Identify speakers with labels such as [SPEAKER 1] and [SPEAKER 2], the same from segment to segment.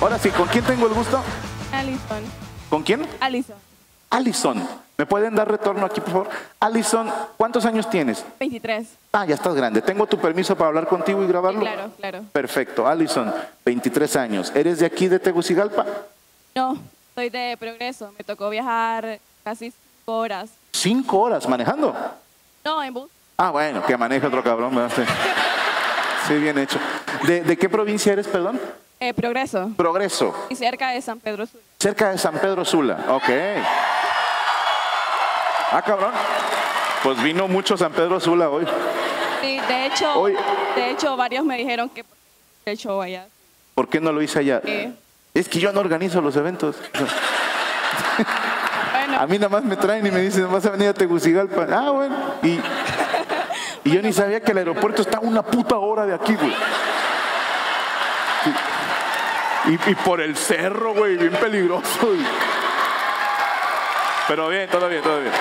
[SPEAKER 1] Ahora sí, ¿con quién tengo el gusto?
[SPEAKER 2] Alison.
[SPEAKER 1] ¿Con quién?
[SPEAKER 2] Alison.
[SPEAKER 1] Alison. ¿Me pueden dar retorno aquí, por favor? Alison, ¿cuántos años tienes?
[SPEAKER 2] 23.
[SPEAKER 1] Ah, ya estás grande. ¿Tengo tu permiso para hablar contigo y grabarlo?
[SPEAKER 2] Sí, claro, claro.
[SPEAKER 1] Perfecto. Alison, 23 años. ¿Eres de aquí, de Tegucigalpa?
[SPEAKER 2] No, soy de Progreso. Me tocó viajar casi 5 horas.
[SPEAKER 1] ¿Cinco horas manejando?
[SPEAKER 2] No, en bus.
[SPEAKER 1] Ah, bueno, que maneje otro cabrón. ¿verdad? Sí. Sí, bien hecho. ¿De, de qué provincia eres, perdón?
[SPEAKER 2] Eh, Progreso.
[SPEAKER 1] Progreso.
[SPEAKER 2] Y cerca de San Pedro Sula.
[SPEAKER 1] Cerca de San Pedro Sula. Ok. Ah, cabrón. Pues vino mucho San Pedro Sula hoy.
[SPEAKER 2] Sí, de hecho,
[SPEAKER 1] Hoy-
[SPEAKER 2] de hecho varios me dijeron que el show allá.
[SPEAKER 1] ¿Por qué no lo hice allá?
[SPEAKER 2] Sí.
[SPEAKER 1] Es que yo no organizo los eventos. A
[SPEAKER 2] Bueno,
[SPEAKER 1] mí nada más me traen y me dicen, vas a venir a Tegucigalpa. Ah, bueno. Y, y yo ni sabía que el aeropuerto está a una puta hora de aquí, güey. Y, y por el cerro, güey, bien peligroso. güey. Pero bien, todo bien, todo bien.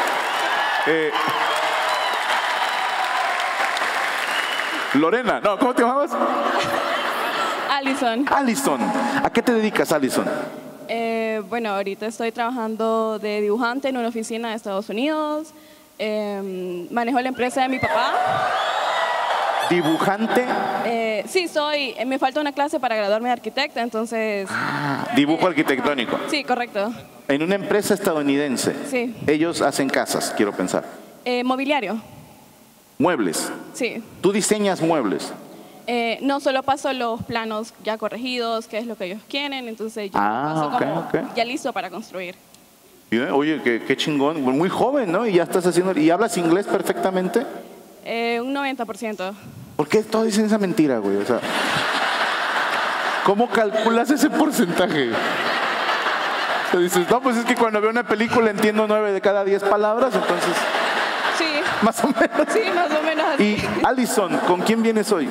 [SPEAKER 1] Eh, Lorena, no, ¿cómo te llamabas?
[SPEAKER 2] Alison.
[SPEAKER 1] Allison. ¿A qué te dedicas, Allison?
[SPEAKER 2] Eh, bueno, ahorita estoy trabajando de dibujante en una oficina de Estados Unidos. Eh, manejo la empresa de mi papá.
[SPEAKER 1] Dibujante.
[SPEAKER 2] Eh, sí, soy. eh, me falta una clase para graduarme de arquitecta, entonces.
[SPEAKER 1] Dibujo arquitectónico.
[SPEAKER 2] Sí, correcto.
[SPEAKER 1] En una empresa estadounidense.
[SPEAKER 2] Sí.
[SPEAKER 1] Ellos hacen casas, quiero pensar.
[SPEAKER 2] Eh, mobiliario.
[SPEAKER 1] Muebles.
[SPEAKER 2] Sí.
[SPEAKER 1] Tú diseñas muebles.
[SPEAKER 2] Eh, no solo paso los planos ya corregidos, qué es lo que ellos quieren, entonces yo
[SPEAKER 1] Ah,
[SPEAKER 2] paso
[SPEAKER 1] ok,
[SPEAKER 2] como
[SPEAKER 1] ok.
[SPEAKER 2] ya listo para construir.
[SPEAKER 1] Bien, eh, Oye, qué, qué chingón. Muy joven, ¿no? Y ya estás haciendo. Y hablas inglés perfectamente.
[SPEAKER 2] Eh, un 90%.
[SPEAKER 1] ¿Por qué todos dicen esa mentira, güey? O sea, ¿cómo calculas ese porcentaje? Te dices, no, pues es que cuando veo una película entiendo nueve de cada diez palabras, entonces,
[SPEAKER 2] Sí,
[SPEAKER 1] más o menos.
[SPEAKER 2] sí, más o menos así.
[SPEAKER 1] Y Allison, ¿con quién vienes hoy?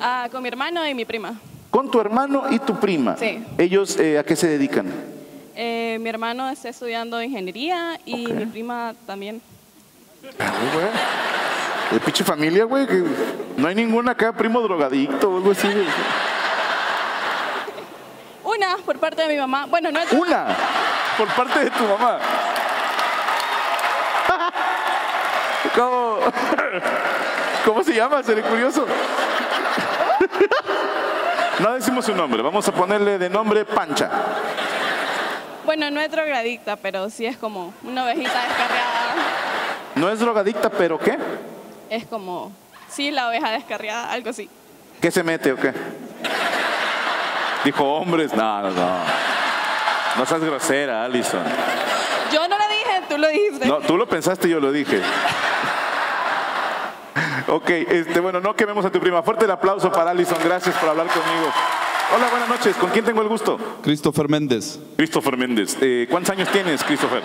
[SPEAKER 2] Ah, con mi hermano y mi prima.
[SPEAKER 1] Con tu hermano y tu prima.
[SPEAKER 2] Sí.
[SPEAKER 1] ¿Ellos eh, a qué se dedican?
[SPEAKER 2] Eh, mi hermano está estudiando ingeniería y mi prima también.
[SPEAKER 1] Ay, güey. De pinche familia, güey. que no hay ninguna acá, primo drogadicto o algo así. güey.
[SPEAKER 2] Una por parte de mi mamá. Bueno, no es
[SPEAKER 1] Una, por parte de tu mamá. ¿Cómo, ¿Cómo se llama? Seré curioso. No decimos su nombre, vamos a ponerle de nombre Pancha.
[SPEAKER 2] bueno, no es drogadicta, pero sí es como una ovejita descarriada.
[SPEAKER 1] No es drogadicta, pero ¿qué?
[SPEAKER 2] Es como, sí, la oveja descarriada, algo así.
[SPEAKER 1] ¿Qué se mete o qué? Dijo, hombres, no, no, no. No seas grosera, Alison.
[SPEAKER 2] Yo no lo dije, tú lo dijiste.
[SPEAKER 1] No, tú lo pensaste, yo lo dije. Ok, este, bueno, no quememos a tu prima. Fuerte el aplauso para Alison. Gracias por hablar conmigo. Hola, buenas noches. ¿Con quién tengo el gusto?
[SPEAKER 3] Christopher Méndez,
[SPEAKER 1] Christopher Méndez. Eh, ¿Cuántos años tienes, Christopher?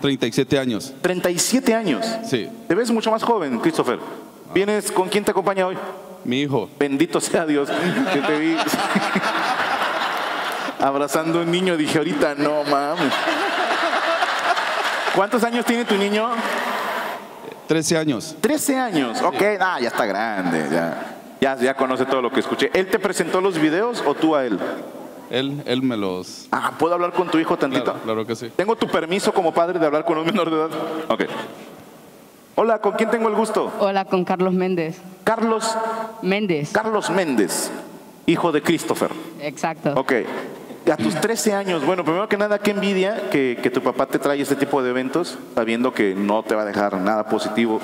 [SPEAKER 3] 37 años.
[SPEAKER 1] 37 años.
[SPEAKER 3] Sí,
[SPEAKER 1] Te ves mucho más joven, Christopher. ¿Vienes con quién te acompaña hoy?
[SPEAKER 3] mi hijo.
[SPEAKER 1] Bendito sea Dios que te vi abrazando a un niño. Dije ahorita, no mames. ¿Cuántos años tiene tu niño?
[SPEAKER 3] 13 años.
[SPEAKER 1] 13 años. Ok, ah, ya está grande. Ya. Ya, ya conoce todo lo que escuché. ¿Él te presentó los videos o tú a él?
[SPEAKER 3] Él, él me los...
[SPEAKER 1] Ah, ¿puedo hablar con tu hijo tantito?
[SPEAKER 3] Claro, claro que sí.
[SPEAKER 1] ¿Tengo tu permiso como padre de hablar con un menor de edad? Ok. Hola, ¿con quién tengo el gusto?
[SPEAKER 4] Hola, con Carlos Méndez.
[SPEAKER 1] Carlos,
[SPEAKER 4] Méndez.
[SPEAKER 1] Carlos Méndez, hijo de Christopher.
[SPEAKER 4] Exacto.
[SPEAKER 1] Ok. A tus 13 años, bueno, primero que nada, qué envidia que, que tu papá te trae este tipo de eventos, sabiendo que no te va a dejar nada positivo.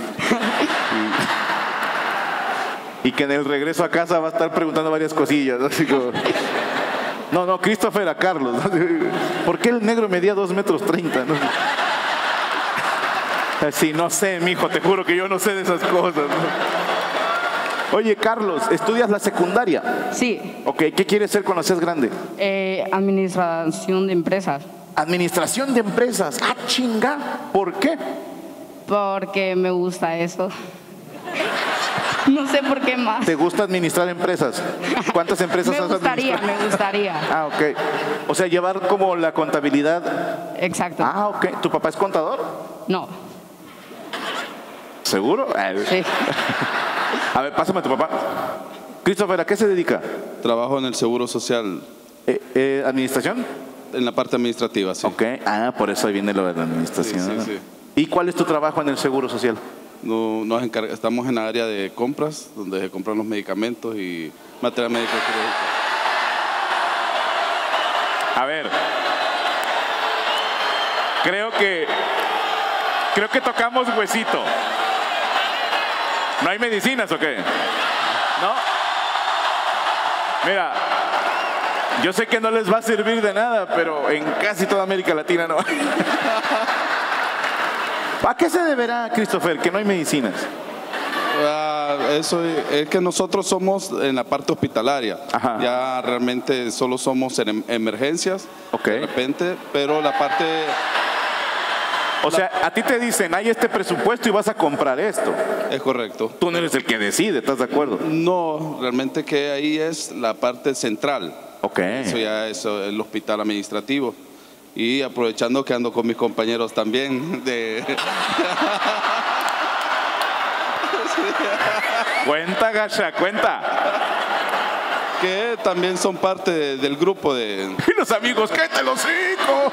[SPEAKER 1] y, y que en el regreso a casa va a estar preguntando varias cosillas, ¿no? así como... No, no, Christopher a Carlos. ¿no? ¿Por qué el negro medía 2 metros 30? ¿no? Así, no sé, mijo, te juro que yo no sé de esas cosas. ¿no? Oye, Carlos, estudias la secundaria.
[SPEAKER 4] Sí,
[SPEAKER 1] Ok, ¿qué quieres ser cuando seas grande?
[SPEAKER 4] eh, administración de empresas,
[SPEAKER 1] Administración de empresas. Ah, chinga. ¿Por qué?
[SPEAKER 4] porque me gusta eso. No sé por qué más.
[SPEAKER 1] ¿Te gusta administrar empresas? ¿Cuántas empresas
[SPEAKER 4] Me
[SPEAKER 1] has
[SPEAKER 4] gustaría,
[SPEAKER 1] administrado?
[SPEAKER 4] me gustaría.
[SPEAKER 1] Ah, ok. O sea, llevar como la contabilidad.
[SPEAKER 4] Exacto.
[SPEAKER 1] Ah, ok. ¿Tu papá es contador?
[SPEAKER 4] No,
[SPEAKER 1] ¿Seguro? Eh,
[SPEAKER 4] sí.
[SPEAKER 1] A ver, pásame a tu papá. Christopher, ¿a qué se dedica?
[SPEAKER 3] Trabajo en el Seguro Social,
[SPEAKER 1] Eh, eh, ¿Administración?
[SPEAKER 3] en la parte administrativa, sí.
[SPEAKER 1] Ok. Ah, por eso ahí viene lo de la administración.
[SPEAKER 3] Sí, sí, sí.
[SPEAKER 1] ¿Y cuál es tu trabajo en el Seguro Social?
[SPEAKER 3] No- nos encarga- estamos en la área de compras, donde se compran los medicamentos y material médico quirúrgico.
[SPEAKER 1] A ver. Creo que. Creo que tocamos huesito. ¿No hay medicinas o qué? ¿No? Mira. Yo sé que no les va a servir de nada, pero en casi toda América Latina no. ¿A qué se deberá, Christopher, que no hay medicinas?
[SPEAKER 3] Ah, eso es es que nosotros somos en la parte hospitalaria.
[SPEAKER 1] Ajá.
[SPEAKER 3] Ya realmente solo somos en em- emergencias,
[SPEAKER 1] Ok.
[SPEAKER 3] de repente, pero la parte...
[SPEAKER 1] O sea, a ti te dicen, hay este presupuesto y vas a comprar esto.
[SPEAKER 3] Es correcto.
[SPEAKER 1] Tú no eres el que decide, ¿estás de acuerdo?
[SPEAKER 3] No, realmente que ahí es la parte central.
[SPEAKER 1] Ok.
[SPEAKER 3] Eso ya es eh, el hospital administrativo. Y aprovechando que ando con mis compañeros también de...
[SPEAKER 1] Cuenta, gacha, cuenta.
[SPEAKER 3] que también son parte de- del grupo de...
[SPEAKER 1] Y los amigos, ¡cállate los hocico!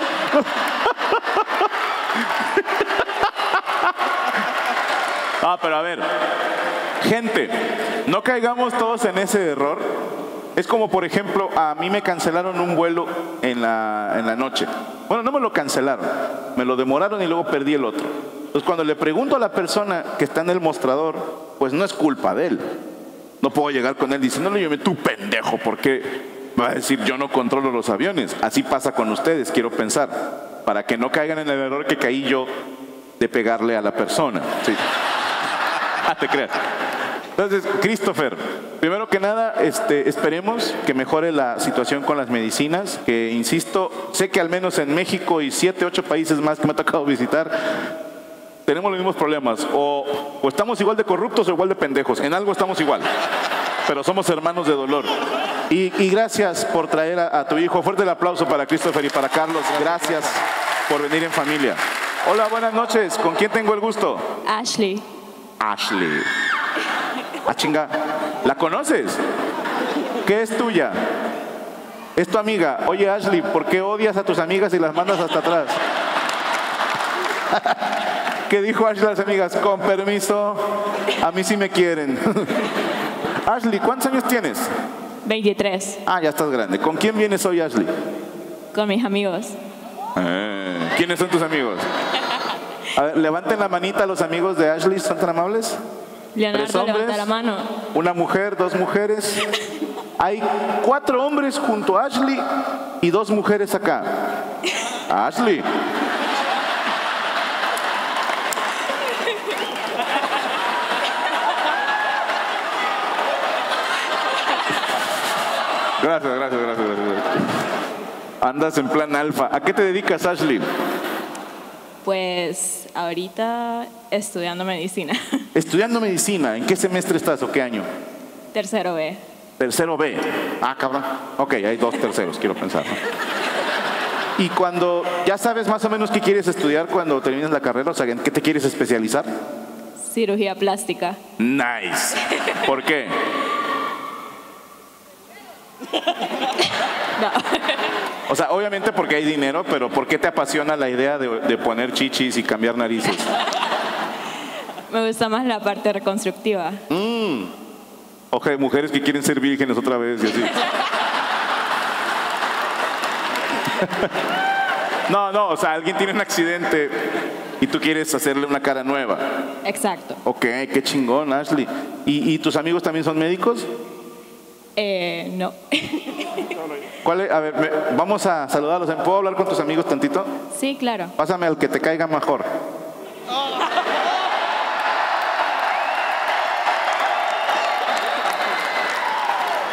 [SPEAKER 1] ah, pero a ver, gente, no caigamos todos en ese error. Es como, por ejemplo, a mí me cancelaron un vuelo en la, en la noche. Bueno, no me lo cancelaron, me lo demoraron y luego perdí el otro. Entonces, cuando le pregunto a la persona que está en el mostrador, pues no es culpa de él. No puedo llegar con él diciéndole, yo me, tú pendejo, porque va a decir, yo no controlo los aviones. Así pasa con ustedes, quiero pensar, para que no caigan en el error que caí yo de pegarle a la persona. Sí. Ah, te creas. Entonces, Christopher, primero que nada, este, esperemos que mejore la situación con las medicinas, que insisto, sé que al menos en México y siete, ocho países más que me ha tocado visitar, tenemos los mismos problemas. O, o estamos igual de corruptos o igual de pendejos. En algo estamos igual. Pero somos hermanos de dolor. Y, y gracias por traer a, a tu hijo. Fuerte el aplauso para Christopher y para Carlos. Gracias por venir en familia. Hola, buenas noches. ¿Con quién tengo el gusto?
[SPEAKER 2] Ashley.
[SPEAKER 1] Ashley. Ah, chinga. ¿La conoces? ¿Qué es tuya? Es tu amiga. Oye, Ashley, ¿por qué odias a tus amigas y las mandas hasta atrás? ¿Qué dijo Ashley a las amigas? Con permiso, a mí sí me quieren. Ashley, ¿cuántos años tienes?
[SPEAKER 5] 23,
[SPEAKER 1] Ah, ya estás grande. ¿Con quién vienes hoy, Ashley?
[SPEAKER 5] con mis amigos.
[SPEAKER 1] Eh, ¿Quiénes son tus amigos? A ver, levanten la manita los amigos de Ashley, ¿son tan amables? Tres
[SPEAKER 5] Leonardo,
[SPEAKER 1] hombres.
[SPEAKER 5] levanta la mano.
[SPEAKER 1] Una mujer, dos mujeres. Hay cuatro hombres junto a Ashley y dos mujeres acá. Ashley. Gracias, gracias, gracias, gracias. gracias. Andas en plan alfa. ¿A qué te dedicas, Ashley?
[SPEAKER 5] Pues ahorita estudiando medicina.
[SPEAKER 1] Estudiando medicina. ¿En qué semestre estás o qué año?
[SPEAKER 5] Tercero B.
[SPEAKER 1] Tercero B. Ah, cabrón. Ok, hay dos terceros, quiero pensar. ¿no? Y cuando ya sabes más o menos qué quieres estudiar cuando termines la carrera, o sea, ¿en qué te quieres especializar?
[SPEAKER 5] Cirugía plástica.
[SPEAKER 1] Nice. ¿Por qué?
[SPEAKER 5] No.
[SPEAKER 1] O sea, obviamente porque hay dinero, pero ¿por qué te apasiona la idea de, de poner chichis y cambiar narices?
[SPEAKER 5] Me gusta más la parte reconstructiva.
[SPEAKER 1] Ojo de Mm. mujeres que quieren ser vírgenes otra vez y así. No, no, o sea, alguien tiene un accidente y tú quieres hacerle una cara nueva.
[SPEAKER 5] Exacto.
[SPEAKER 1] Ok, qué chingón, Ashley. ¿Y, y tus amigos también son médicos?
[SPEAKER 5] Eh, no.
[SPEAKER 1] ¿Cuál es? A ver, me- vamos a saludarlos. ¿Puedo hablar con tus amigos tantito?
[SPEAKER 5] Sí, claro.
[SPEAKER 1] Pásame al que te caiga mejor.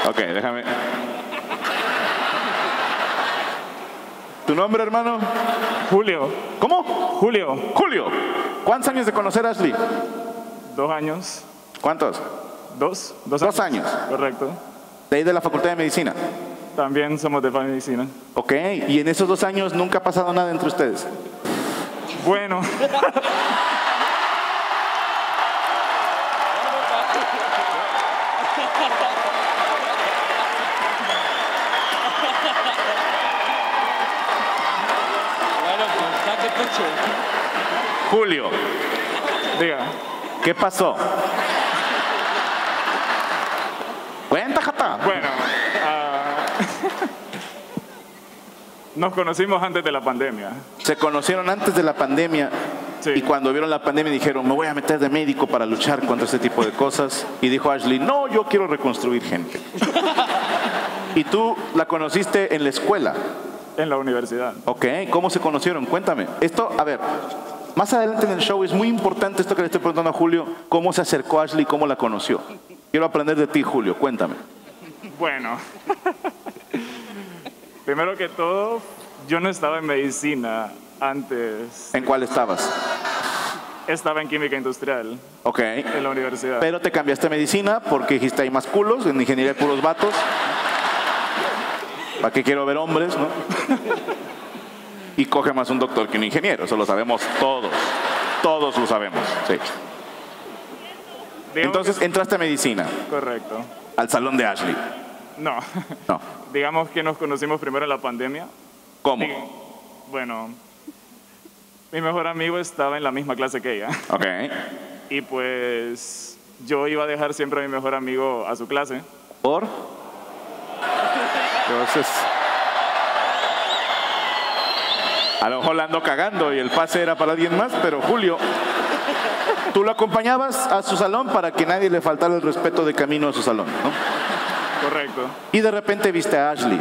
[SPEAKER 1] Ok, déjame. ¿Tu nombre, hermano?
[SPEAKER 6] Julio,
[SPEAKER 1] ¿Cómo?
[SPEAKER 6] Julio,
[SPEAKER 1] Julio. ¿Cuántos años de conocer a Ashley?
[SPEAKER 6] dos años,
[SPEAKER 1] ¿Cuántos?
[SPEAKER 6] dos, dos,
[SPEAKER 1] Dos años.
[SPEAKER 6] Correcto.
[SPEAKER 1] De ahí de la Facultad de Medicina.
[SPEAKER 6] También somos de medicina.
[SPEAKER 1] Ok, y en esos dos años nunca ha pasado nada entre ustedes.
[SPEAKER 6] Bueno,
[SPEAKER 1] Julio,
[SPEAKER 6] diga,
[SPEAKER 1] ¿qué pasó? Cuenta, jata.
[SPEAKER 6] bueno, ah, nos conocimos antes de la pandemia.
[SPEAKER 1] Se conocieron antes de la pandemia
[SPEAKER 6] Sí.
[SPEAKER 1] y cuando vieron la pandemia dijeron, me voy a meter de médico para luchar contra este tipo de cosas. Y dijo Ashley, no, yo quiero reconstruir gente. y tú la conociste en la escuela.
[SPEAKER 6] En la universidad.
[SPEAKER 1] Ok, ¿cómo se conocieron? Cuéntame. Esto, a ver, más adelante en el show es muy importante esto que le estoy preguntando a Julio, cómo se acercó Ashley, cómo la conoció. Quiero aprender de ti, Julio, cuéntame.
[SPEAKER 6] Bueno, primero que todo, yo no estaba en medicina antes.
[SPEAKER 1] ¿En cuál estabas?
[SPEAKER 6] Estaba en química industrial
[SPEAKER 1] Ok.
[SPEAKER 6] en la universidad.
[SPEAKER 1] Pero te cambiaste a medicina porque dijiste hay más culos, en ingeniería hay puros vatos. ¿Para qué quiero ver hombres, no? Y coge más un doctor que un ingeniero, eso lo sabemos todos. Todos lo sabemos, sí.
[SPEAKER 6] Digamos
[SPEAKER 1] Entonces entraste a medicina,
[SPEAKER 6] que- correcto.
[SPEAKER 1] al salón de Ashley.
[SPEAKER 6] No,
[SPEAKER 1] No.
[SPEAKER 6] digamos que nos conocimos primero en la pandemia.
[SPEAKER 1] ¿Cómo?
[SPEAKER 6] Sí. Bueno, mi mejor amigo estaba en la misma clase que ella
[SPEAKER 1] Ok.
[SPEAKER 6] y pues yo iba a dejar siempre a mi mejor amigo a su clase.
[SPEAKER 1] ¿Por? Entonces. A lo mejor la ando cagando y el pase era para alguien más, pero Julio, tú lo acompañabas a su salón para que nadie le faltara el respeto de camino a su salón, ¿no?
[SPEAKER 6] Correcto,
[SPEAKER 1] Y de repente viste a Ashley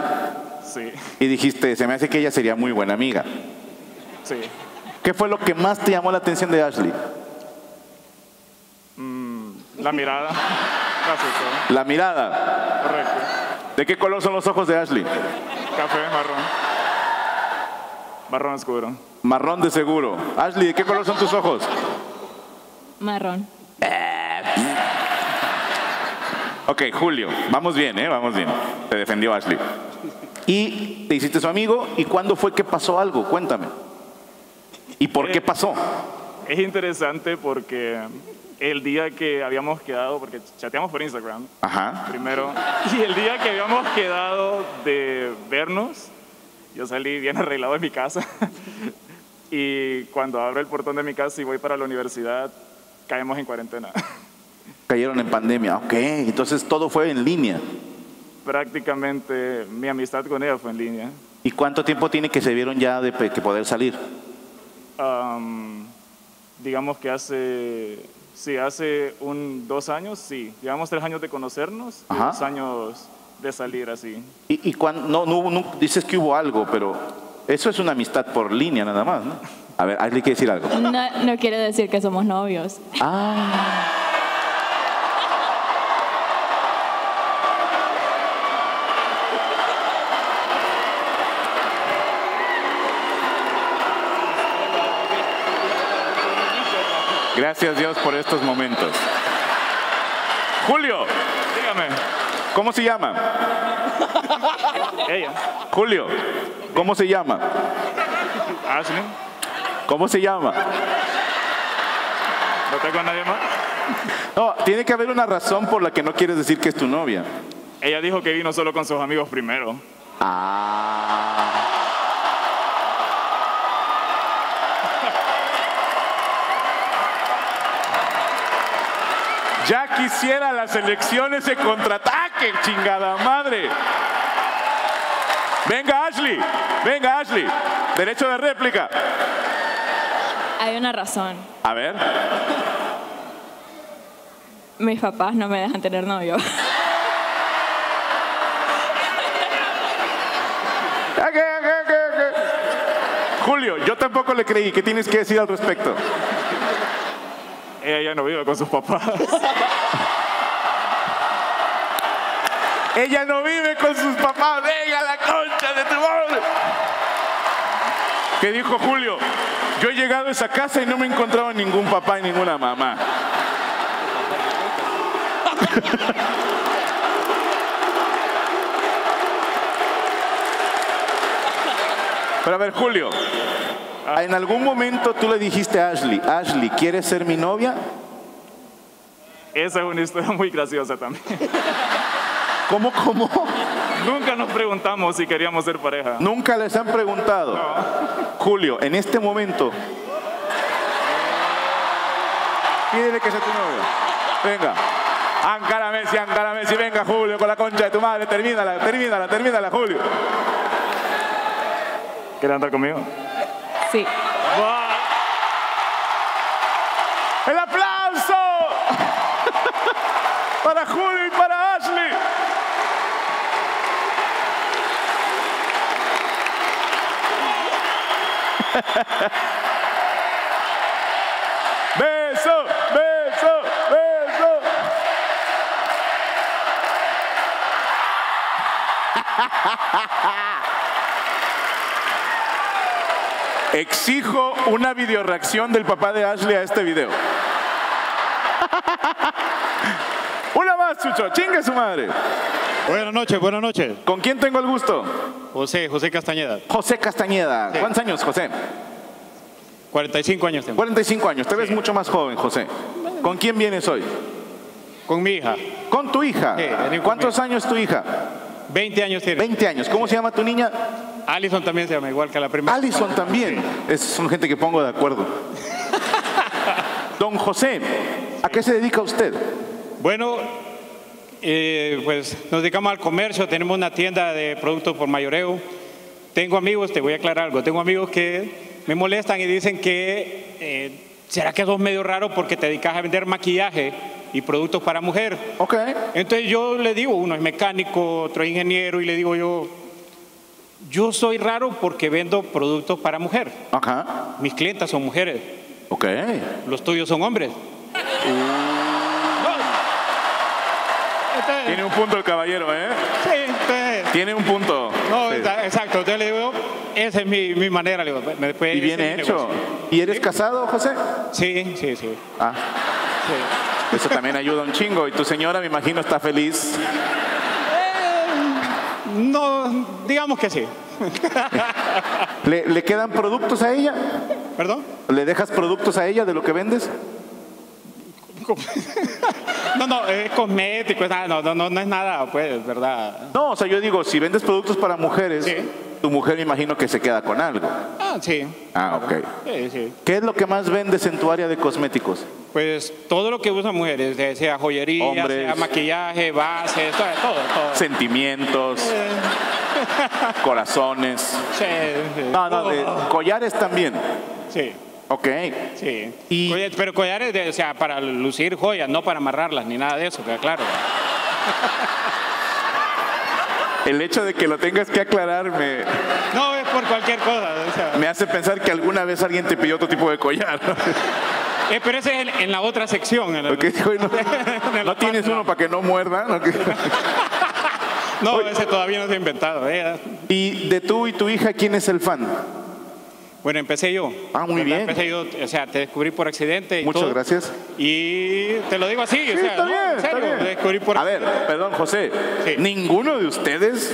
[SPEAKER 6] sí,
[SPEAKER 1] y dijiste, se me hace que ella sería muy buena amiga.
[SPEAKER 6] sí.
[SPEAKER 1] ¿Qué fue lo que más te llamó la atención de Ashley?
[SPEAKER 6] La mirada, casi todo,
[SPEAKER 1] La mirada.
[SPEAKER 6] correcto.
[SPEAKER 1] ¿De qué color son los ojos de Ashley?
[SPEAKER 6] Café, marrón. Marrón oscuro.
[SPEAKER 1] Marrón de seguro. Ashley, ¿de qué color son tus ojos?
[SPEAKER 5] Marrón.
[SPEAKER 1] Ok, Julio, vamos bien, ¿eh? Vamos bien. Te defendió Ashley. Y te hiciste su amigo, ¿y cuándo fue que pasó algo? Cuéntame. ¿Y por qué pasó?
[SPEAKER 6] Es interesante porque el día que habíamos quedado, porque chateamos por Instagram
[SPEAKER 1] Ajá.
[SPEAKER 6] primero, y el día que habíamos quedado de vernos, yo salí bien arreglado de mi casa. Y cuando abro el portón de mi casa y voy para la universidad, caemos en cuarentena.
[SPEAKER 1] Cayeron en pandemia, ok. Entonces todo fue en línea.
[SPEAKER 6] Prácticamente mi amistad con ella fue en línea.
[SPEAKER 1] ¿Y cuánto tiempo tiene que se vieron ya de pe- que poder salir?
[SPEAKER 6] Am, digamos que hace, sí, hace un, dos años, sí. Llevamos tres años de conocernos, y
[SPEAKER 1] Ajá.
[SPEAKER 6] dos años de salir así.
[SPEAKER 1] ¿Y, y cuán- no, no, hubo- no- dices que hubo algo, pero eso es una amistad por línea nada más, ¿no? A ver, Ashley quiere decir algo.
[SPEAKER 5] No, no quiere decir que somos novios.
[SPEAKER 1] Ah. Gracias Dios por estos momentos. Julio,
[SPEAKER 6] Dígame,
[SPEAKER 1] ¿cómo se llama?
[SPEAKER 6] ella.
[SPEAKER 1] Julio, ¿cómo se llama?
[SPEAKER 6] Ashley,
[SPEAKER 1] ¿Cómo se llama?
[SPEAKER 6] no tengo a nadie más.
[SPEAKER 1] No, tiene que haber una razón por la que no quieres decir que es tu novia.
[SPEAKER 6] Ella dijo que vino solo con sus amigos primero.
[SPEAKER 1] Ah. Ya quisiera las elecciones de contraataque, chingada madre. Venga Ashley, venga Ashley, derecho de réplica.
[SPEAKER 5] Hay una razón.
[SPEAKER 1] A ver,
[SPEAKER 5] Mis papás no me dejan tener novio.
[SPEAKER 1] Julio, yo tampoco le creí. ¿Qué tienes que decir al respecto?
[SPEAKER 6] Ella ya no vive con sus papás.
[SPEAKER 1] Ella no vive con sus papás. Venga la concha de tu madre. Que dijo Julio, yo he llegado a esa casa y no me he encontrado ningún papá y ninguna mamá. Pero a ver, Julio,
[SPEAKER 6] Ah.
[SPEAKER 1] en algún momento tú le dijiste a Ashley, Ashley, ¿quieres ser mi novia?
[SPEAKER 6] Esa es una historia muy graciosa también.
[SPEAKER 1] ¿Cómo, cómo?
[SPEAKER 6] Nunca nos preguntamos si queríamos ser pareja.
[SPEAKER 1] Nunca les han preguntado. Julio, en este momento. Pídele que sea tu novio. Venga. Ancara Messi, Ancara Messi, venga Julio con la concha de tu madre, termínala, termínala, termínala, Julio.
[SPEAKER 6] ¿Quieren andar conmigo?
[SPEAKER 5] Sí.
[SPEAKER 6] Va.
[SPEAKER 1] ¡El aplauso! Para Julio y para Ashley. Beso, beso, beso. Exijo una videoreacción del papá de Ashley a este video. una más, Chucho. Chingue su madre.
[SPEAKER 7] Buenas noches, buenas noches.
[SPEAKER 1] ¿Con quién tengo el gusto?
[SPEAKER 7] José, José Castañeda,
[SPEAKER 1] José Castañeda.
[SPEAKER 7] Sí.
[SPEAKER 1] ¿Cuántos años, José?
[SPEAKER 7] 45 años tengo.
[SPEAKER 1] 45 años. Te ves mucho más joven, José. ¿Con quién vienes hoy?
[SPEAKER 7] Con mi hija,
[SPEAKER 1] Con tu hija.
[SPEAKER 7] Sí, vení
[SPEAKER 1] ¿Cuántos años tu hija?
[SPEAKER 7] 20 años tiene.
[SPEAKER 1] 20 años. ¿Cómo se llama tu niña?
[SPEAKER 7] Allison también se llama, igual que la primera.
[SPEAKER 1] Alison también. Es, son gente que pongo de acuerdo. Don José, ¿a qué se dedica usted?
[SPEAKER 7] Bueno, eh, pues nos dedicamos al comercio, tenemos una tienda de productos por mayoreo. Tengo amigos, te voy a aclarar algo, tengo amigos que me molestan y dicen que eh, será que sos medio raro porque te dedicas a vender maquillaje y productos para mujer.
[SPEAKER 1] Ok.
[SPEAKER 7] Entonces yo le digo, uno es mecánico, otro es ingeniero, y le digo yo, yo soy raro porque vendo productos para mujer.
[SPEAKER 1] Ajá.
[SPEAKER 7] Mis clientas son mujeres,
[SPEAKER 1] Ok.
[SPEAKER 7] los tuyos son hombres. Entonces,
[SPEAKER 1] Tiene un punto el caballero, ¿eh?
[SPEAKER 7] Este sí, entonces,
[SPEAKER 1] Tiene un punto.
[SPEAKER 7] no,
[SPEAKER 1] Sí.
[SPEAKER 7] está- exacto, entonces le digo, esa es mi, mi manera, le digo, me- pues,
[SPEAKER 1] Y
[SPEAKER 7] ese
[SPEAKER 1] bien
[SPEAKER 7] es mi
[SPEAKER 1] hecho.
[SPEAKER 7] negocio.
[SPEAKER 1] ¿Y eres casado, José?
[SPEAKER 7] Sí, sí, sí.
[SPEAKER 1] Ah,
[SPEAKER 7] sí.
[SPEAKER 1] eso también ayuda un chingo. Y tu señora, me imagino, está feliz.
[SPEAKER 7] Eh, No, digamos que sí.
[SPEAKER 1] ¿Le, le quedan productos a ella?
[SPEAKER 7] ¿Perdón?
[SPEAKER 1] ¿Le dejas productos a ella de lo que vendes?
[SPEAKER 7] No, no, es cosmético, es nada, no, no, no, no es nada, pues, ¿verdad?
[SPEAKER 1] No, o sea, yo digo, si vendes productos para mujeres,
[SPEAKER 7] Sí.
[SPEAKER 1] tu mujer me imagino que se queda con algo.
[SPEAKER 7] Ah, sí,
[SPEAKER 1] Ah, ok.
[SPEAKER 7] sí, sí.
[SPEAKER 1] ¿Qué es lo que más vendes en tu área de cosméticos?
[SPEAKER 7] Pues todo lo que usan mujeres, eh, sea joyería,
[SPEAKER 1] Hombres.
[SPEAKER 7] sea maquillaje, base, todo, todo. todo.
[SPEAKER 1] Sentimientos,
[SPEAKER 7] Eh,
[SPEAKER 1] corazones.
[SPEAKER 7] sí, sí.
[SPEAKER 1] No, no, de collares también.
[SPEAKER 7] Oh. Sí,
[SPEAKER 1] Ok.
[SPEAKER 7] sí.
[SPEAKER 1] Y-
[SPEAKER 7] Colla- pero collares, de- o sea, para lucir joyas, no para amarrarlas ni nada de eso, que claro.
[SPEAKER 1] El hecho de que lo tengas que aclarar me,
[SPEAKER 7] No es por cualquier cosa. o sea.
[SPEAKER 1] me hace pensar que alguna vez alguien te pidió otro tipo de collar.
[SPEAKER 7] Eh, pero ese es en, en la otra sección. en la-
[SPEAKER 1] Lo que dijo, no,
[SPEAKER 7] en la
[SPEAKER 1] no tienes
[SPEAKER 7] parte-
[SPEAKER 1] uno para que no muerda. ¿no?
[SPEAKER 7] No, ese todavía no se ha inventado. eh.
[SPEAKER 1] Y de tú y tu hija, ¿quién es el fan?
[SPEAKER 7] Bueno, empecé yo.
[SPEAKER 1] Ah, muy bien.
[SPEAKER 7] Empecé yo, o sea, te descubrí por accidente. y
[SPEAKER 1] Muchas
[SPEAKER 7] todo.
[SPEAKER 1] gracias.
[SPEAKER 7] Y te lo digo así, o
[SPEAKER 1] Sí,
[SPEAKER 7] sea,
[SPEAKER 1] está
[SPEAKER 7] no,
[SPEAKER 1] bien,
[SPEAKER 7] en
[SPEAKER 1] está
[SPEAKER 7] serio,
[SPEAKER 1] bien.
[SPEAKER 7] te descubrí por
[SPEAKER 1] A ver, perdón, José. Ninguno de ustedes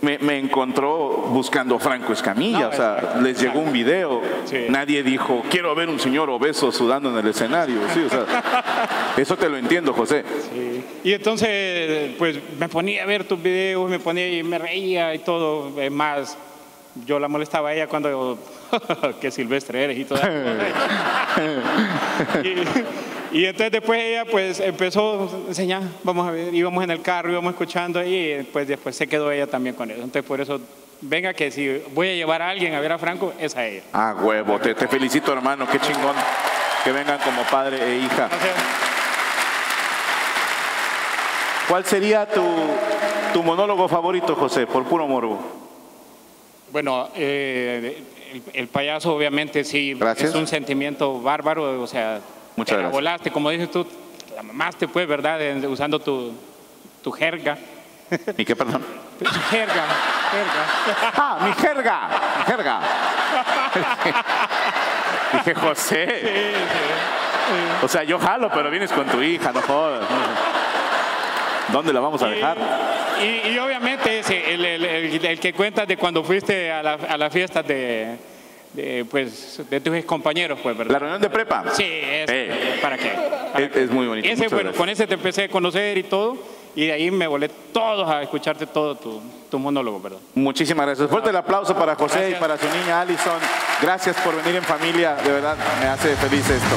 [SPEAKER 1] me, me encontró buscando a Franco Escamilla.
[SPEAKER 7] No,
[SPEAKER 1] o sea,
[SPEAKER 7] exacto,
[SPEAKER 1] les llegó un video.
[SPEAKER 7] Sí.
[SPEAKER 1] Nadie dijo, quiero ver un señor obeso sudando en el escenario. Sí, o sea, eso te lo entiendo, José.
[SPEAKER 7] Y entonces, pues me ponía a ver tus videos, me ponía y me reía y todo. Es más, yo la molestaba a ella cuando que silvestre eres y todo. y, y entonces después ella pues empezó a enseñar, vamos a ver, íbamos en el carro, íbamos escuchando y pues después se quedó ella también con eso. Entonces por eso, venga que si voy a llevar a alguien a ver a Franco, es a ella.
[SPEAKER 1] Ah, huevo, te, te felicito, hermano. Qué chingón que vengan como padre e hija. ¿Cuál sería tu, tu monólogo favorito, José? Por puro morbo.
[SPEAKER 7] Bueno, eh, el, el payaso obviamente sí es un sentimiento bárbaro, o sea,
[SPEAKER 1] Muchas
[SPEAKER 7] te la
[SPEAKER 1] gracias.
[SPEAKER 7] volaste, como dices tú, la mamaste pues, ¿verdad? En- usando tu, tu jerga.
[SPEAKER 1] ¿Y qué, perdón?
[SPEAKER 7] jerga, jerga.
[SPEAKER 1] ¡Ah, mi jerga! ¡Mi jerga! Dije, José. O sea, yo jalo, pero vienes con tu hija, no jodas. ¿Dónde la vamos a dejar?
[SPEAKER 7] Y, y obviamente ese, el, el- el- el que cuentas de cuando fuiste a la, a la fiesta de, de, pues, de tus compañeros, pues, ¿verdad?
[SPEAKER 1] ¿La reunión de prepa?
[SPEAKER 7] Sí, eso, ¿para qué?
[SPEAKER 1] Es, es muy bonito.
[SPEAKER 7] Ese,
[SPEAKER 1] Eh. muchas
[SPEAKER 7] bueno,
[SPEAKER 1] gracias.
[SPEAKER 7] con ese te empecé a conocer y todo, y de ahí me volé todos a escucharte todo tu, tu monólogo, perdón.
[SPEAKER 1] Muchísimas gracias. Fuerte el aplauso para José y para su niña Allison. Gracias por venir en familia. De verdad, me hace feliz esto.